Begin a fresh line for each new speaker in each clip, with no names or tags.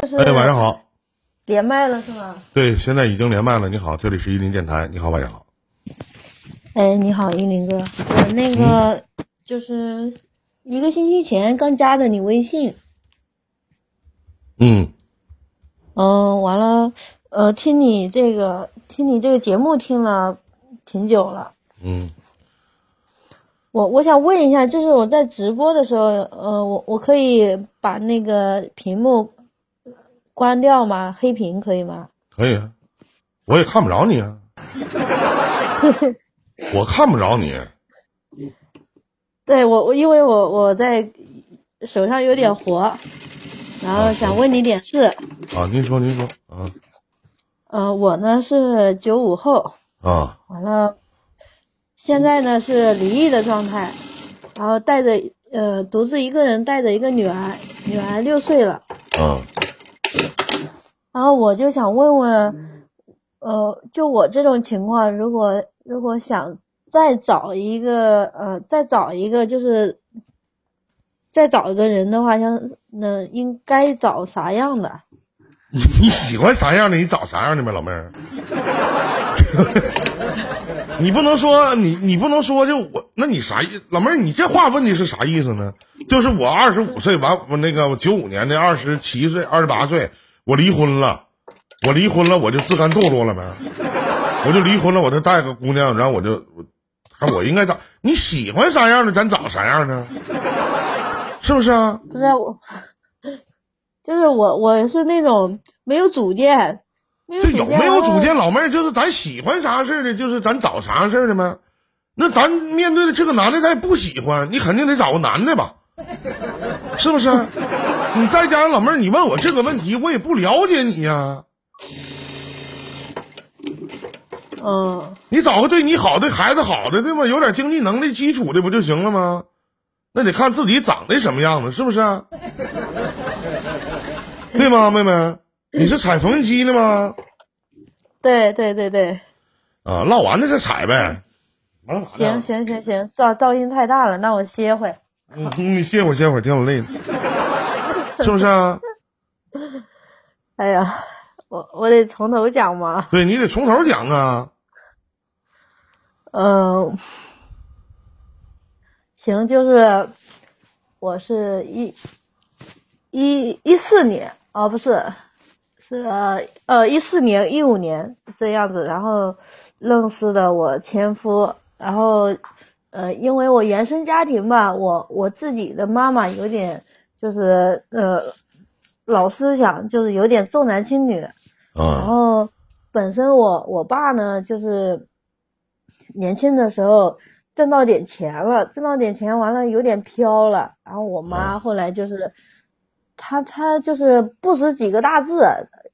这是
哎，晚上好。
连麦了是吗？
对，现在已经连麦了。你好，这里是一林电台。你好，晚上好。
哎，你好，一林哥，我那
嗯
个就是一个星期前刚加的你微信，
嗯
嗯，完了，呃，听你这个听你这个节目听了挺久了，
嗯，
我我想问一下，就是我在直播的时候，呃，我我可以把那个屏幕关掉吗？黑屏可以吗？
可以啊。我也看不着 你啊。我看不着你。
对我我因为我我在手上有点活，然后想问你点事。
啊，您说，您说啊
呃，我呢是九五后，
啊
完了，现在呢是离异的状态，然后带着呃独自一个人带着一个女儿，女儿六岁了，
啊
然后我就想问问，呃，就我这种情况，如果如果想再找一个呃再找一个就是再找一个人的话，像那应该找啥样的？
你你喜欢啥样的，你找啥样的呗，老妹儿。 你不能说你你不能说就我，那你啥意？老妹儿，你这话问的是啥意思呢？就是我二十五岁完，我那个九五年的二十七岁、二十八岁，我离婚了，我离婚了，我就自甘堕落了呗，我就离婚了，我就带个姑娘，然后我就我，还我应该找你喜欢啥样的，咱找啥样的，是不是啊？
不是我，就是我，我是那种没有主见，没有
这有没有主
然后
见，老妹儿就是咱喜欢啥事儿的，就是咱找啥事儿的吗？那咱面对的这个男的，咱也不喜欢，你肯定得找个男的吧？是不是？你再加上老妹儿，你问我这个问题，我也不了解你呀、
嗯，
你找个对你好、对孩子好的，对吗？有点经济能力基础的不就行了吗？那得看自己长得什么样子，是不是？对吗，妹妹？你是踩缝纫机的吗？
对对对对，
啊，唠完了再踩呗。完了咋的？啊
行行行行，噪噪音太大了，那我歇会。
嗯，你歇会儿歇会儿，挺有累的， 是不是啊？
哎呀，我我得从头讲嘛，
对你得从头讲啊。
嗯，行，就是我是一一一四年哦，不是，是呃一四年一五年这样子，然后认识的我前夫，然后呃，因为我原生家庭吧，我我自己的妈妈有点就是呃老思想，就是有点重男轻女，然
啊
后本身我我爸呢，就是年轻的时候挣到点钱了，挣到点钱完了有点飘了，然后我妈后来就是，她她就是不识几个大字，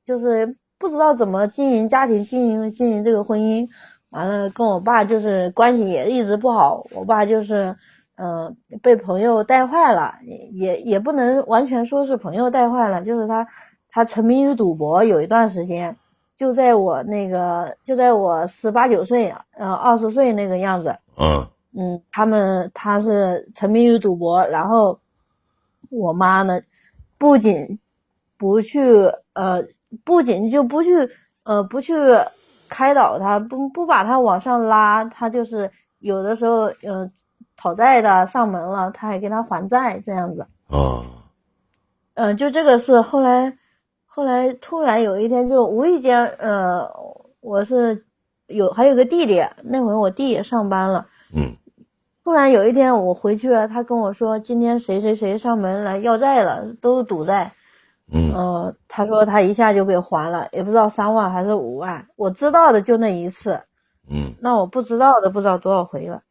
就是不知道怎么经营家庭、经营经营这个婚姻，完了跟我爸就是关系也一直不好，我爸就是。嗯、被朋友带坏了，也也也不能完全说是朋友带坏了，就是他他沉迷于赌博有一段时间，就在我那个就在我十八九岁呃二十岁那个样子，
啊
嗯，他们他是沉迷于赌博，然后我妈呢，不仅不去呃，不仅就不去呃不去开导他，不不把他往上拉，他就是有的时候呃讨债的上门了，他还给他还债这样子。
啊
嗯、就这个是后来，后来突然有一天就无意间，呃，我是有还有个弟弟，那会儿我弟也上班了，
嗯
突然有一天我回去，他跟我说今天谁谁谁上门来要债了，都是赌债，
嗯
呃，他说他一下就给还了，也不知道三万还是五万，我知道的就那一次，
嗯
那我不知道的不知道多少回了，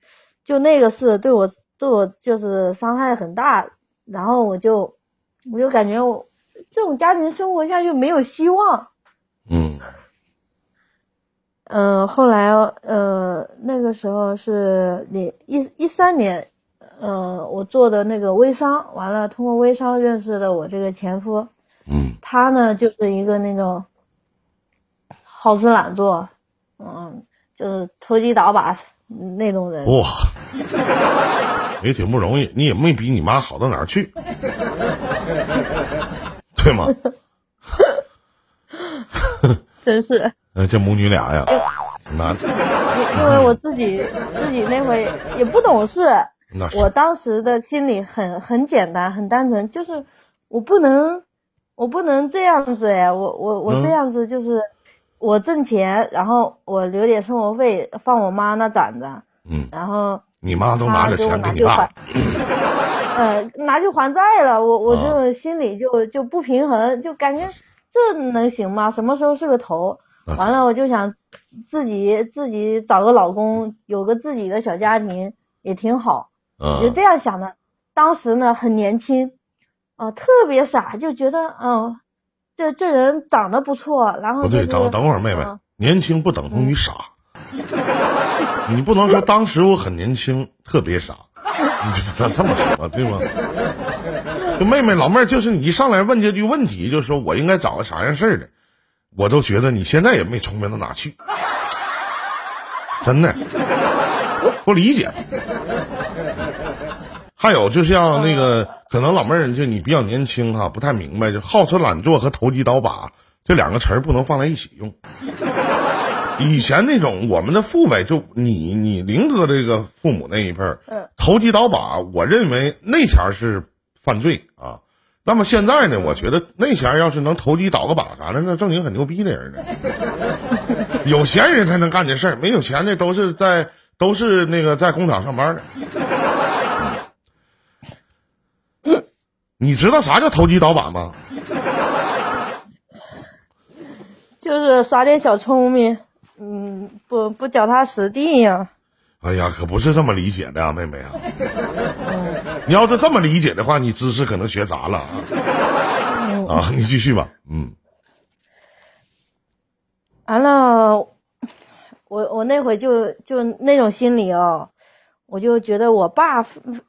就那个事对我对我就是伤害很大，然后我就我就感觉我这种家庭生活下去没有希望。
嗯
嗯、后来呃那个时候是你一一三年，呃我做的那个微商，完了通过微商认识的我这个前夫，
嗯
他呢就是一个那种好吃懒做，嗯就是投机倒把嗯那种人。
哇，也挺不容易， 你也没比你妈好到哪儿去，对吗？
真是。
呃，这母女俩呀，那
因为我自己自己那回也不懂事，
那是
我当时的心里很很简单，很单纯，就是我不能我不能这样子哎，我我我
嗯
这样子就是、我挣钱，然后我留点生活费放我妈那攒着，
嗯，
然后
你妈都拿着钱给你
拿
爸，
就还，呃，拿去还债了，我我
啊
就心里就就不平衡，就感觉这能行吗？什么时候是个头？
啊
完了，我就想自己自己找个老公，有个自己的小家庭也挺好，我就
嗯
这样想的。当时呢很年轻，啊、特别傻，就觉得嗯，这这人长得不错，然后
不
就嗯
对，
是
等等会儿，妹妹
嗯，
年轻不等同于傻，你不能说当时我很年轻，特别傻，你这这么说吧，对 吗？就妹妹老妹儿，就是你一上来问这句问题，就说我应该找个啥样事儿的，我都觉得你现在也没聪明到哪去，真的不理解。还有就像那个，可能老妹儿就你比较年轻哈、不太明白，就好吃懒做和投机倒把这两个词儿不能放在一起用。以前那种我们的父辈，就你你林哥这个父母那一辈儿
嗯，
投机倒把，我认为那前儿是犯罪啊。那么现在呢，我觉得那前儿要是能投机倒个把啥的，那正经很牛逼的人呢。有钱人才能干这事儿，没有钱的都是在都是那个在工厂上班的。你知道啥叫投机倒把吗？
就是耍点小聪明，嗯，不不脚踏实地呀、
哎呀，可不是这么理解的啊，妹妹啊！你要是这么理解的话，你知识可能学杂了啊！啊，你继续吧，嗯
完了，我我那会就就那种心理哦，我就觉得我爸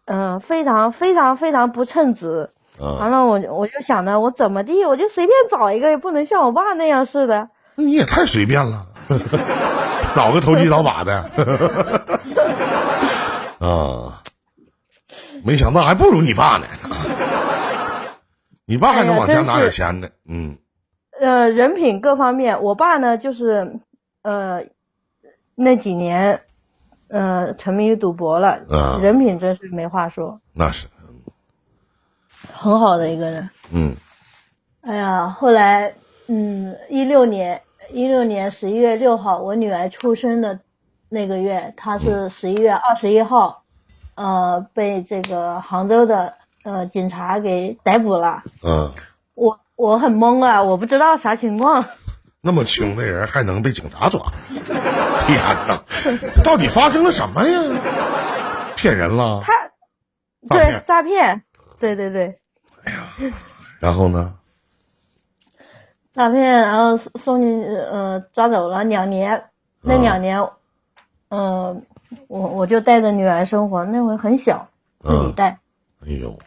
嗯、非常非常非常不称职。完
啊，
了我就我就想着我怎么地，我就随便找一个，也不能像我爸那样似的。
那你也太随便了， 找个投机倒把的， 啊，没想到还不如你爸呢，你爸还能往家拿点钱呢，嗯
呃，人品各方面，我爸呢就是呃那几年呃沉迷于赌博了，
啊
人品真是没话说，
那是，
很好的一个人。
嗯
哎呀，后来，嗯，一六年，一六年十一月六号，我女儿出生的那个月，她是十一月二十一号，呃，被这个杭州的呃警察给逮捕了。
嗯，
我我很懵啊，我不知道啥情况。
那么穷的人还能被警察抓？ 天哪，到底发生了什么呀？骗人了，
她
诈
对
骗
诈骗，对对对
然后呢？
诈骗，然后送进呃抓走了两年，那
啊
两年，嗯、我我就带着女儿生活，那会很小，自己
嗯，
带。
哎呦，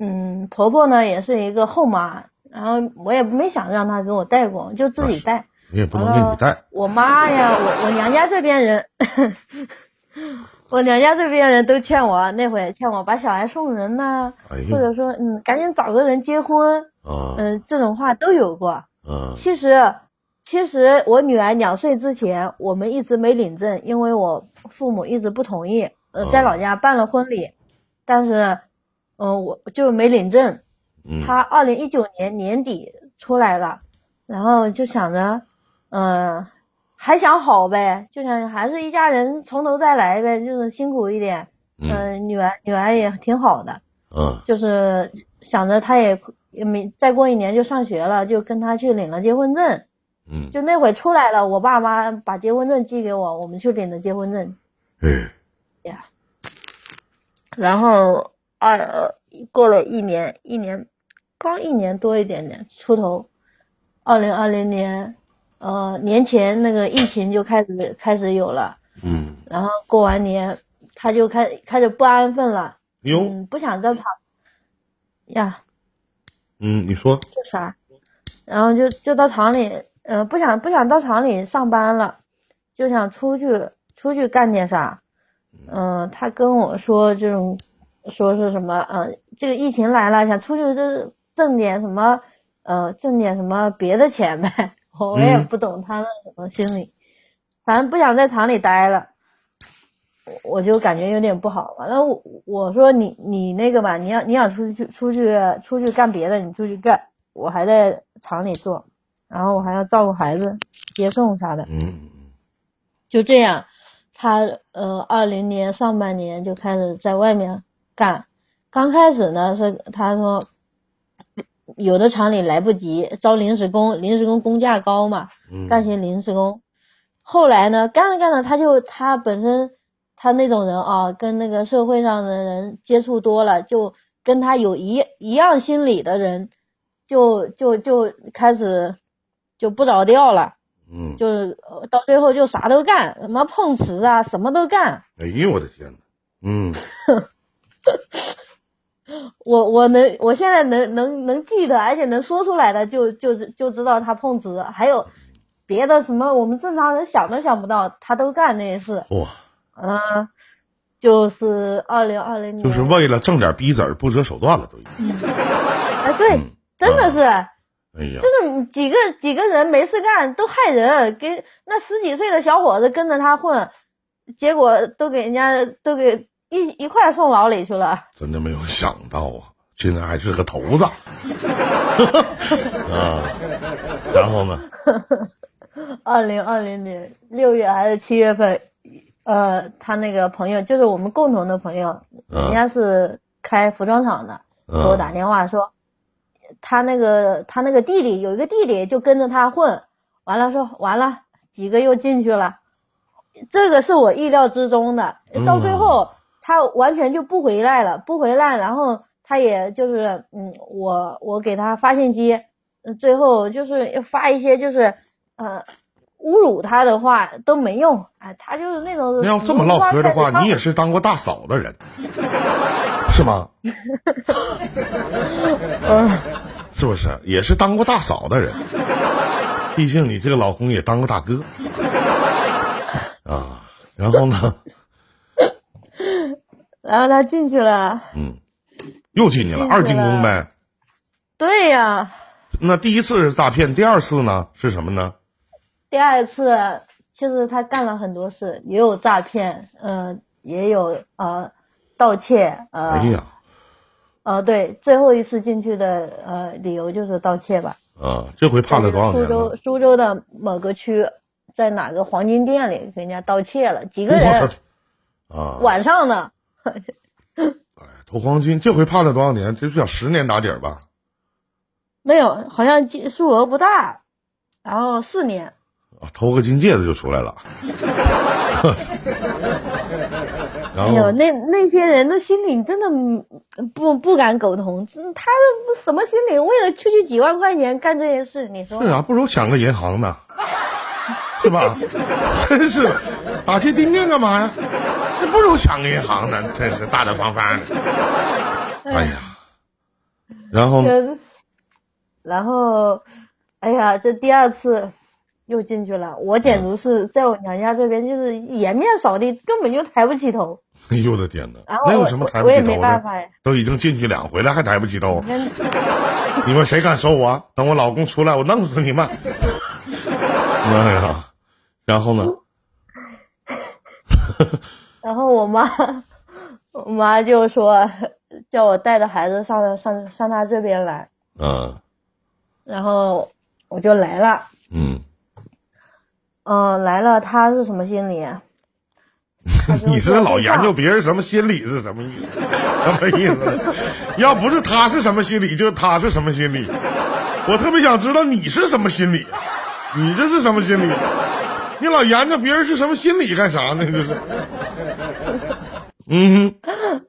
嗯，婆婆呢也是一个后妈，然后我也没想让她给我带过，就自己带。
你也不能给你带，
我妈呀，我我娘家这边人， 我娘家这边人都劝我，那会劝我把小孩送人呐、
哎
或
呦
者说嗯赶紧找个人结婚，
啊
嗯、这种话都有过。
啊
其实，其实我女儿两岁之前，我们一直没领证，因为我父母一直不同意。呃
哦，
在老家办了婚礼，但是，嗯、我就没领证。
嗯
她二零一九年年底出来了，然后就想着，嗯、还想好呗，就想还是一家人从头再来呗，就是辛苦一点。嗯、
嗯
女儿女儿也挺好的，
嗯
就是想着她也也没再过一年就上学了，就跟她去领了结婚证。
嗯，
就那会出来了，我爸妈把结婚证寄给我，我们去领的结婚证
哎，
呀。然后二呃过了一年，一年刚一年多一点点出头，二零二零年，呃年前那个疫情就开始开始有了，
嗯
然后过完年他就开开始不安分了，
哟，
嗯，不想再跑呀，
嗯，你说，
这啥，然后就就到厂里，呃，不想不想到厂里上班了，就想出去出去干点啥。嗯、他跟我说这种，说是什么，嗯、这个疫情来了，想出去就是挣点什么呃，挣点什么别的钱呗。 我也不懂他那什么心理，反正不想在厂里待了，我我就感觉有点不好。完了，我我说你你那个吧，你要你想出去出去出去干别的，你出去干，我还在厂里做，然后我还要照顾孩子、接送啥的，
嗯，
就这样。他呃，二零年上半年就开始在外面干，刚开始呢是他说有的厂里来不及招临时工，临时工工价高嘛，
嗯
干些临时工。后来呢，干着干着，他就他本身他那种人啊，跟那个社会上的人接触多了，就跟他有一一样心理的人，就就就开始就不着调了，
嗯，
就是呃到最后就啥都干，什么碰瓷啊，什么都干。
哎呦我的天哪，嗯
我我能我现在能能能记得，而且能说出来的就就就知道他碰瓷，还有别的什么我们正常人想都想不到，他都干那些事。
哇，
啊，就是二零二零年，
就是为了挣点逼子儿不择手段了都已经，
哎，对，
嗯
真的是，
哎呀，
就是几个几个人没事干都害人，给那十几岁的小伙子跟着他混，结果都给人家都给一一块送牢里去了。
真的没有想到啊，现在还是个头子 啊，然后呢，
二零二零年六月还是七月份，呃，他那个朋友就是我们共同的朋友，人
嗯
家是开服装厂的，给我打
嗯
电话说，他那个他那个弟弟有一个弟弟就跟着他混，完了说完了几个又进去了，这个是我意料之中的
嗯。
到最后他完全就不回来了，不回来，然后他也就是嗯，我我给他发信息，嗯最后就是要发一些就是呃。侮辱他的话都没用，哎，他就是那种。
那要这么唠嗑的话，你也是当过大嫂的人，是吗？ 啊是不是？也是当过大嫂的人，毕竟你这个老公也当过大哥啊。然后呢，
然后他进去了，
嗯，又进去了，
进去了
二进宫呗。
对呀、
那第一次是诈骗，第二次呢是什么呢？
第二次其实他干了很多事，也有诈骗，呃，也有呃盗窃，呃、
哎呀，
呃，对，最后一次进去的呃理由就是盗窃吧。
啊，这回判了多少
苏
年
州
了？
苏州的某个区，在哪个黄金店里给人家盗窃了几
啊
个人，
我啊，
晚上呢，
投黄金，这回判了多少年？这小十年打底儿吧？
没有，好像金数额不大，然后四年，
啊，偷个金戒指就出来了。 然
哎呦，
后
那那些人的心理真的嗯不不敢苟同，嗯他们什么心理？为了区区几万块钱干这些事，你说
那？啥，不如抢个银行呢，是吧？真是的，打击钉钉干嘛呀？那不如抢个银行呢，真是大大方方的。哎呀，然后呢
真，然后，哎呀，这第二次又进去了，我简
嗯
直是在我娘家这边就是颜面扫地，根本就抬不起头。
哎呦我的天哪
然，后
那有
我
什么抬不
我也
起
没
头
办
的？
法呀，
都已经进去两回了，还抬不起头？
真
你们谁敢说我？啊等我老公出来，我弄死你们！哎呀，然后呢？
然后我妈， 我妈就说叫我带着孩子上上上她这边来，
嗯
然后我就来了。
嗯。
嗯、来了，他是什么心理啊？ 他就
你是老研究
说
别人什么心理是什么意思？什么意思？要不是他是什么心理，就是他是什么心理。我特别想知道你是什么心理，你这是什么心理？你老研究别人是什么心理干啥呢？这是，嗯哼，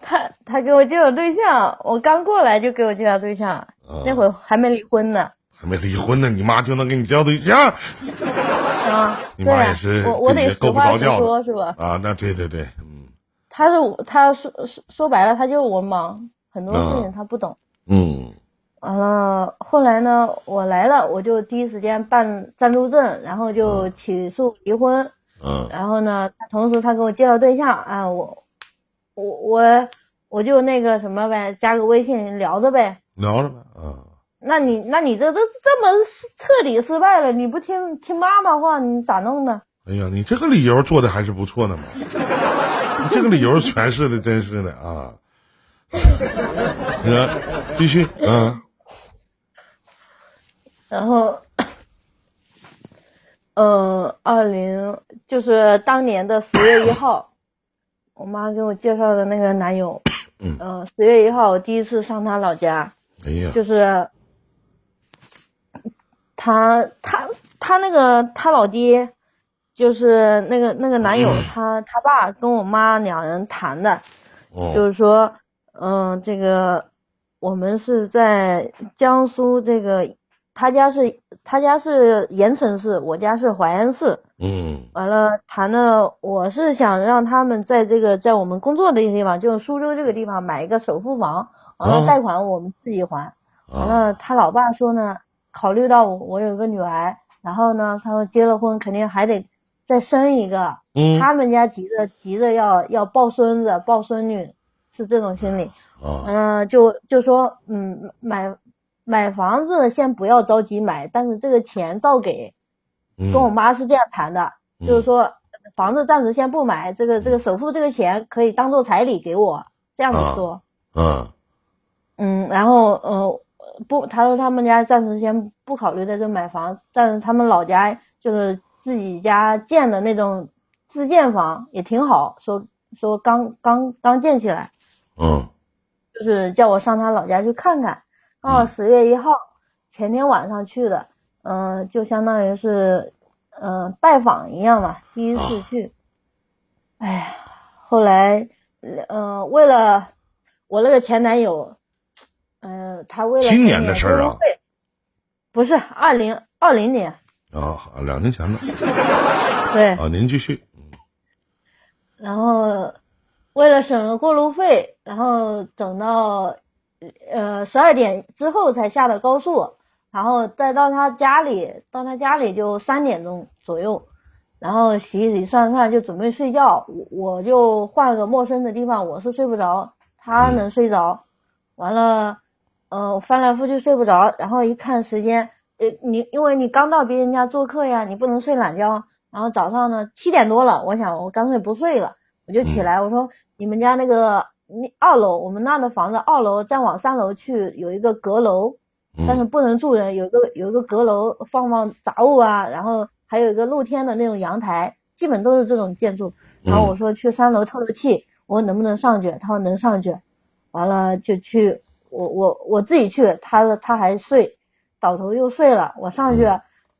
他他给我介绍对象，我刚过来就给我介绍对象，
啊
那会儿还没离婚呢。
还没离婚呢，你妈就能给你介绍对象
啊，
你
对
妈
啊
也是
我我
这
得
个
实
够不
话
着
实
调的
说，是吧？
啊？那对对对，嗯
他是我他说说说白了，他就是文盲，很多事
啊
情他不懂。
嗯
完了，后来呢，我来了，我就第一时间办暂住证，然后就起诉离婚。
嗯
然后呢，他同时他给我介绍对象啊，我我我我就那个什么呗，加个微信聊着呗。
聊着呗，啊
那你那你这都这么彻底失败了，你不听听妈妈话，你咋弄呢？
哎呀，你这个理由做的还是不错的嘛，你这个理由诠释的真是的啊。来，继续，嗯
然后，嗯，二零就是当年的十月一号，我妈给我介绍的那个男友，
嗯
嗯，十月一号我第一次上他老家，
哎呀，
就是他他他那个他老爹，就是那个那个男友，他他爸跟我妈两人谈的，就
哦，
是说，嗯，这个我们是在江苏这个，他家是他家是盐城市，我家是淮安市。
嗯
完了谈的，我是想让他们在这个在我们工作的地方，就是苏州这个地方买一个首付房，完
哦
了贷款我们自己还。完
啊，
了，他老爸说呢，考虑到我我有个女儿，然后呢，他说结了婚肯定还得再生一个，
嗯
他们家急着急着要要抱孙子抱孙女，是这种心理。
啊，
嗯、就就说嗯买买房子先不要着急买，但是这个钱照给。
跟
跟我妈是这样谈的，
嗯
就是说房子暂时先不买，这个这个首付这个钱可以当做彩礼给我，这样子
啊
说。
嗯，
嗯，然后呃不，他说他们家暂时先不考虑在这买房，但是他们老家就是自己家建的那种自建房也挺好，说说刚刚刚建起来，
嗯
就是叫我上他老家去看看。刚
嗯
好十月一号前天晚上去的，嗯、就相当于是嗯、呃拜访一样嘛，第一次
啊
去。哎呀，后来呃为了我那个前男友，嗯、他为了
今年
给
的
我
事儿啊
生活费，不是二零二零年，
啊，两年前的
对，
啊，您继续，
然后为了省了过路费，然后等到呃十二点之后才下的高速，然后再到他家里，到他家里就三点钟左右，然后洗一洗涮涮就准备睡觉，我我就换个陌生的地方，我是睡不着，他能睡着，完了，呃，翻来覆去睡不着，然后一看时间，呃，你因为你刚到别人家做客呀，你不能睡懒觉。然后早上呢七点多了，我想我干脆不睡了，我就起来，我说你们家那个那二楼，我们那的房子二楼再往三楼去有一个阁楼，但是
嗯
不能住人，有一个有一个阁楼放放杂物啊，然后还有一个露天的那种阳台，基本都是这种建筑。然后我说去三楼透透气，我说能不能上去？他说能上去。完了就去，我我我自己去，他他还睡，倒头又睡了。我上去，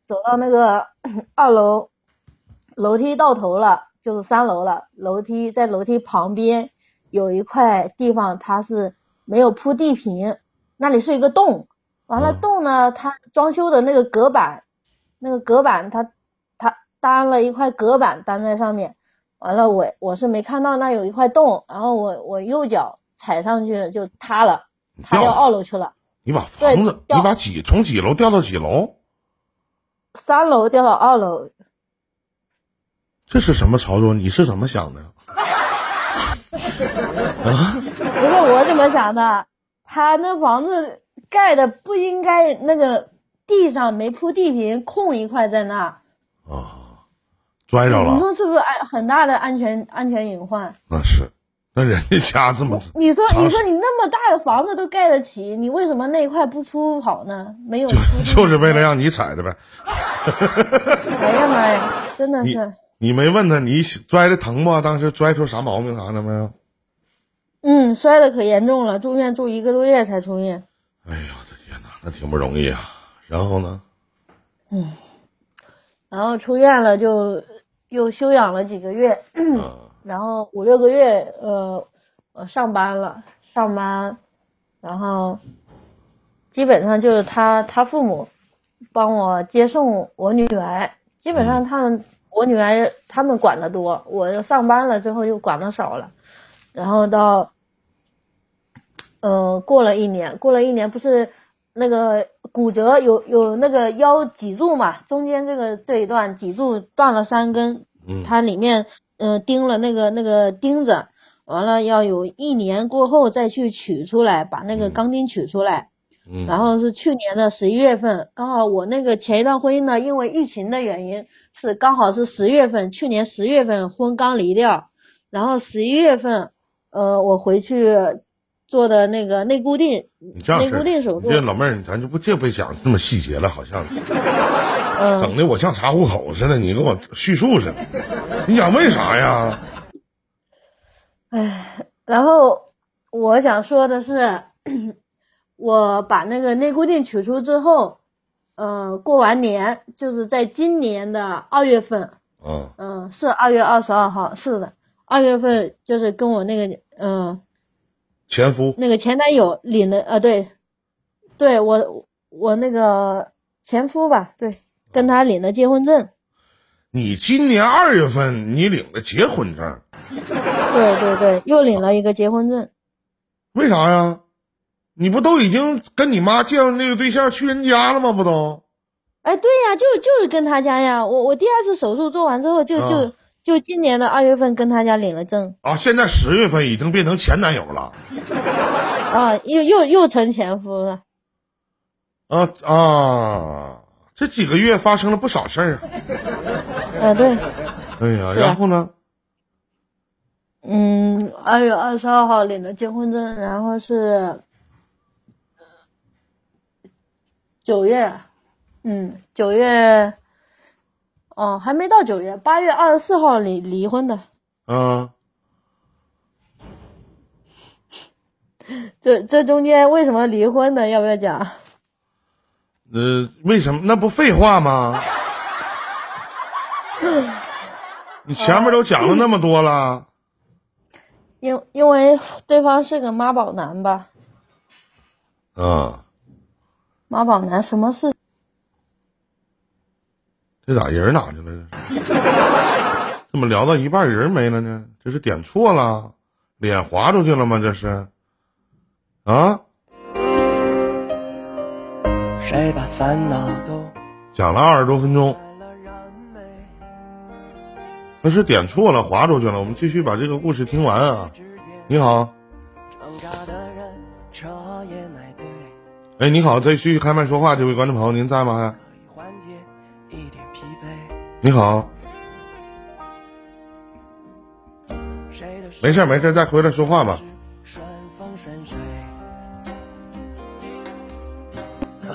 走到那个 二楼，楼梯到头了，就是三楼了。楼梯在楼梯旁边有一块地方，它是没有铺地坪，那里是一个洞。完了
嗯
洞呢，它装修的那个隔板，那个隔板它它搭了一块隔板搭在上面。完了我我是没看到那有一块洞，然后我我右脚踩上去就塌了，塌
掉
到
了
二楼去了，
你把房子，你把几从几楼掉到几楼？
三楼掉到二楼，
这是什么操作？你是怎么想的？啊
不是我怎么想的，他那房子盖的不应该那个地上没铺地坪，空一块在那，
啊，摔着
你
了，
说是不是安很大的安全安全隐患？
那是，那人家家这么
你说
常识
你说你那么大的房子都盖得起，你为什么那一块不铺好呢？没有铺地
就 就是为了让你踩的呗。
哎呀妈呀，真的
你
是，
你没问他你摔的疼不？当时摔出啥毛病啥的没有？
嗯，摔的可严重了，住院住一个多月才出院。
哎呀，我的天哪，那挺不容易啊。然后呢？
然后出院了就又休养了几个月，
嗯
然后五六个月，呃，呃上班了，上班，然后基本上就是他他父母帮我接送我女儿，基本上他们我女儿他们管的多，我又上班了之后就管的少了，然后到，呃，过了一年，过了一年不是那个骨折有有那个腰脊柱嘛，中间这个这一段脊柱断了三根，
嗯
它里面嗯、呃钉了那个那个钉子，完了要有一年过后再去取出来，把那个钢钉取出来。
嗯，
然后是去年的十一月份，刚好我那个前一段婚姻呢，因为疫情的原因，是刚好是十月份，去年十月份婚刚离掉，然后十一月份，呃，我回去做的那个内固定，
你这样
内
式儿，
固定手
你
术，
这老妹儿，咱就不这不讲这么细节了，好像
嗯，
整的我像查户口似的，你给我叙述似的，你想问啥呀？
唉，然后我想说的是，我把那个内固定取出之后，呃，过完年就是在今年的二月份，
啊，
嗯，是二月二十二号，是的，二月份就是跟我那个嗯
前夫
那个前男友领的，呃，对，对我我那个前夫吧，对，跟他领的结婚证，
你今年二月份你领了结婚证，
对对对，又领了一个结婚证，
为啥呀？你不都已经跟你妈介绍那个对象去人家了吗？不都？
哎，对呀，就就是跟他家呀，我我第二次手术做完之后就就
啊
就今年的二月份跟他家领了证，
啊，现在十月份已经变成前男友了。
啊，又又又成前夫了，
啊啊，这几个月发生了不少事儿啊。
啊，对，
哎呀，
是
然后呢？
嗯，二月二十二号领的结婚证，然后是九月，嗯，九月，哦，还没到九月，八月二十四号离离婚的，
啊，
这这中间为什么离婚的，要不要讲？
呃，为什么？那不废话吗？你前面都讲了那么多了，
因因为对方是个妈宝男吧，
啊，
妈宝男什么事
这咋人哪去了？ 怎么聊到一半人没了呢？这是点错了，脸划出去了吗？这是，啊，
谁把烦恼都
讲了二十多分钟，
买了燃眉，
那是点错了，划出去了。我们继续把这个故事听完啊。
之间
你好，
长大的人彻夜奶醉，
哎，你好，再继续开麦说话，这位观众朋友，您在吗？还
可以缓解一点疲惫。
你好，
谁的手
没事儿没事儿，再回来说话吧。
是风顺水，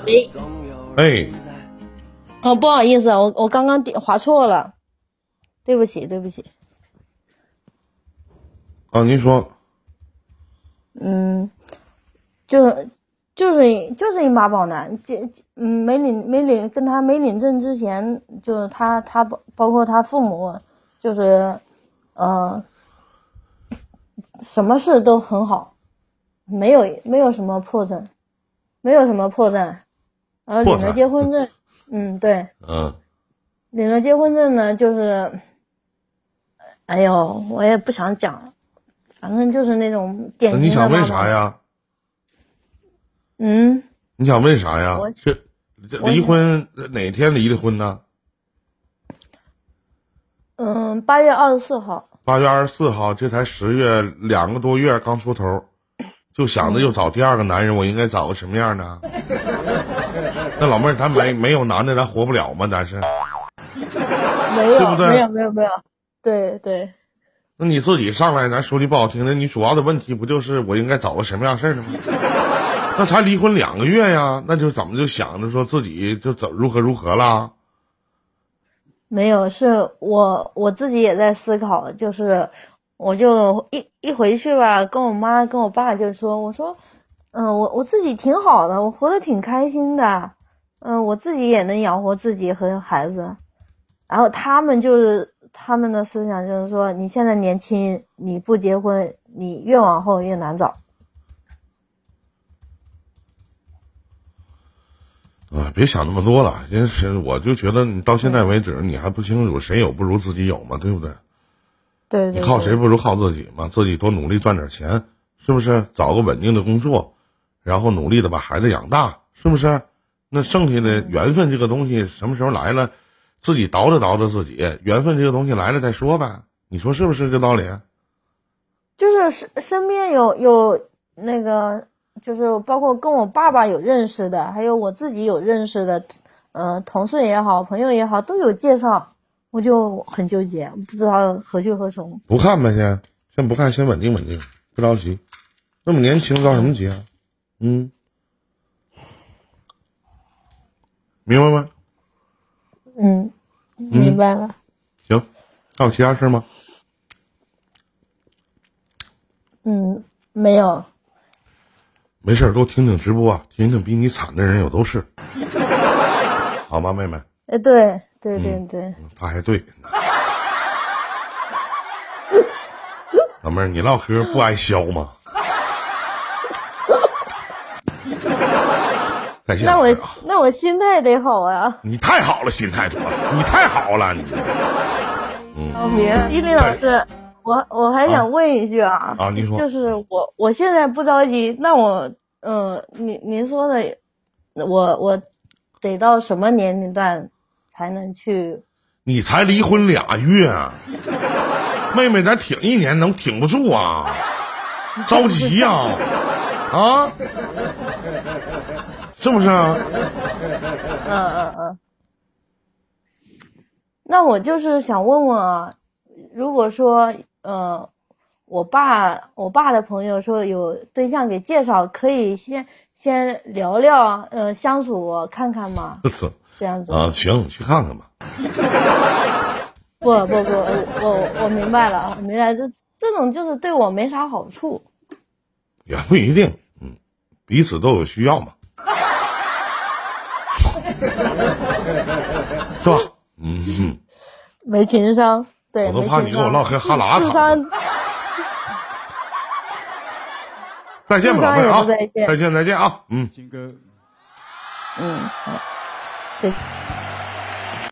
喂
总有
哎
人在
哦，不好意思啊，我我刚刚点划错了，对不起，对不起，
啊，您说，
嗯，就是就是就是一妈宝男，这这嗯没领没领跟他没领证之前，就是他他包包括他父母，就是呃什么事都很好，没有没有什么破绽，没有什么破绽，然后领
破绽
了结婚 证，嗯对，
嗯。
领了结婚证呢，就是，哎呦，我也不想讲，反正就是那种典
那
型的。
你想问啥？呀？
嗯，
你想问啥呀
我？
这这
我
离婚哪天离的婚呢？
嗯，八月二十四号，
八月二十四号，这才十月两个多月刚出头，就想着又找第二个男人，我应该找个什么 样的？那老妹儿，咱没没有男的，咱活不了吗？咱是？
没有，
对不对
没有，没有，没有，对对，
那你自己上来，咱说句不好听的，你主要的问题不就是我应该找个什么样事儿的吗？ 那才离婚两个月呀，那就怎么就想着说自己就怎如何如何啦？
没有，是我我自己也在思考，就是我就一一回去吧，跟我妈跟我爸就说，我说，嗯、我我自己挺好的，我活得挺开心的，嗯、我自己也能养活自己和孩子，然后他们就是他们的思想就是说，你现在年轻，你不结婚，你越往后越难找。
啊，别想那么多了，真是，我就觉得你到现在为止，你还不清楚谁有不如自己有嘛，对不对？
对对
你
对，
靠谁不如靠自己嘛，自己多努力赚点钱，是不是？找个稳定的工作，然后努力的把孩子养大，是不是？那剩下的缘分这个东西什么时候来了，自己倒着倒着自己，缘分这个东西来了再说呗，你说啊是不是这道理？
就是身身边有有那个就是包括跟我爸爸有认识的，还有我自己有认识的，呃，同事也好，朋友也好，都有介绍，我就很纠结，不知道何去何从。
不看呗，先先不看，先稳定稳定，不着急。那么年轻着什么急啊？嗯，明白吗？
嗯，明白了。
行，还有其他事儿吗？
嗯，没有。
没事儿，多听听直播、啊，听听比你惨的人有 都是，好吗，妹妹？
哎，对对对对，
嗯他还对。老妹儿，你唠嗑不挨削 吗？再见。
那
老
我
妹儿啊
那我心态得好啊。
你太好了，心太多了，你太好了，你
消眠，
依林老师，我我还想问一句啊，
啊，你说
就是我我现在不着急，那我嗯，您您说的，我我得到什么年龄段才能去？
你才离婚俩月啊，妹妹，咱挺一年能挺不住 啊，着急呀、啊，是不是啊？
嗯嗯嗯。那我就是想问问啊，如果说呃，我爸我爸的朋友说有对象给介绍，可以先先聊聊，呃，相处看看吗？
这次
这样子。
啊，行，去看看吧。
不不不，我我我明白了，啊我明白，这这种就是对我没啥好处。
也不一定，嗯，彼此都有需要 嘛，是吧？嗯，嗯
没情商，对，
我都
没
怕
情
你跟
商
我唠嗑哈喇
智
淌
商
再见吧，老妹儿啊，
非常有再见
再见，再见啊，嗯。
金哥，
嗯，好，对。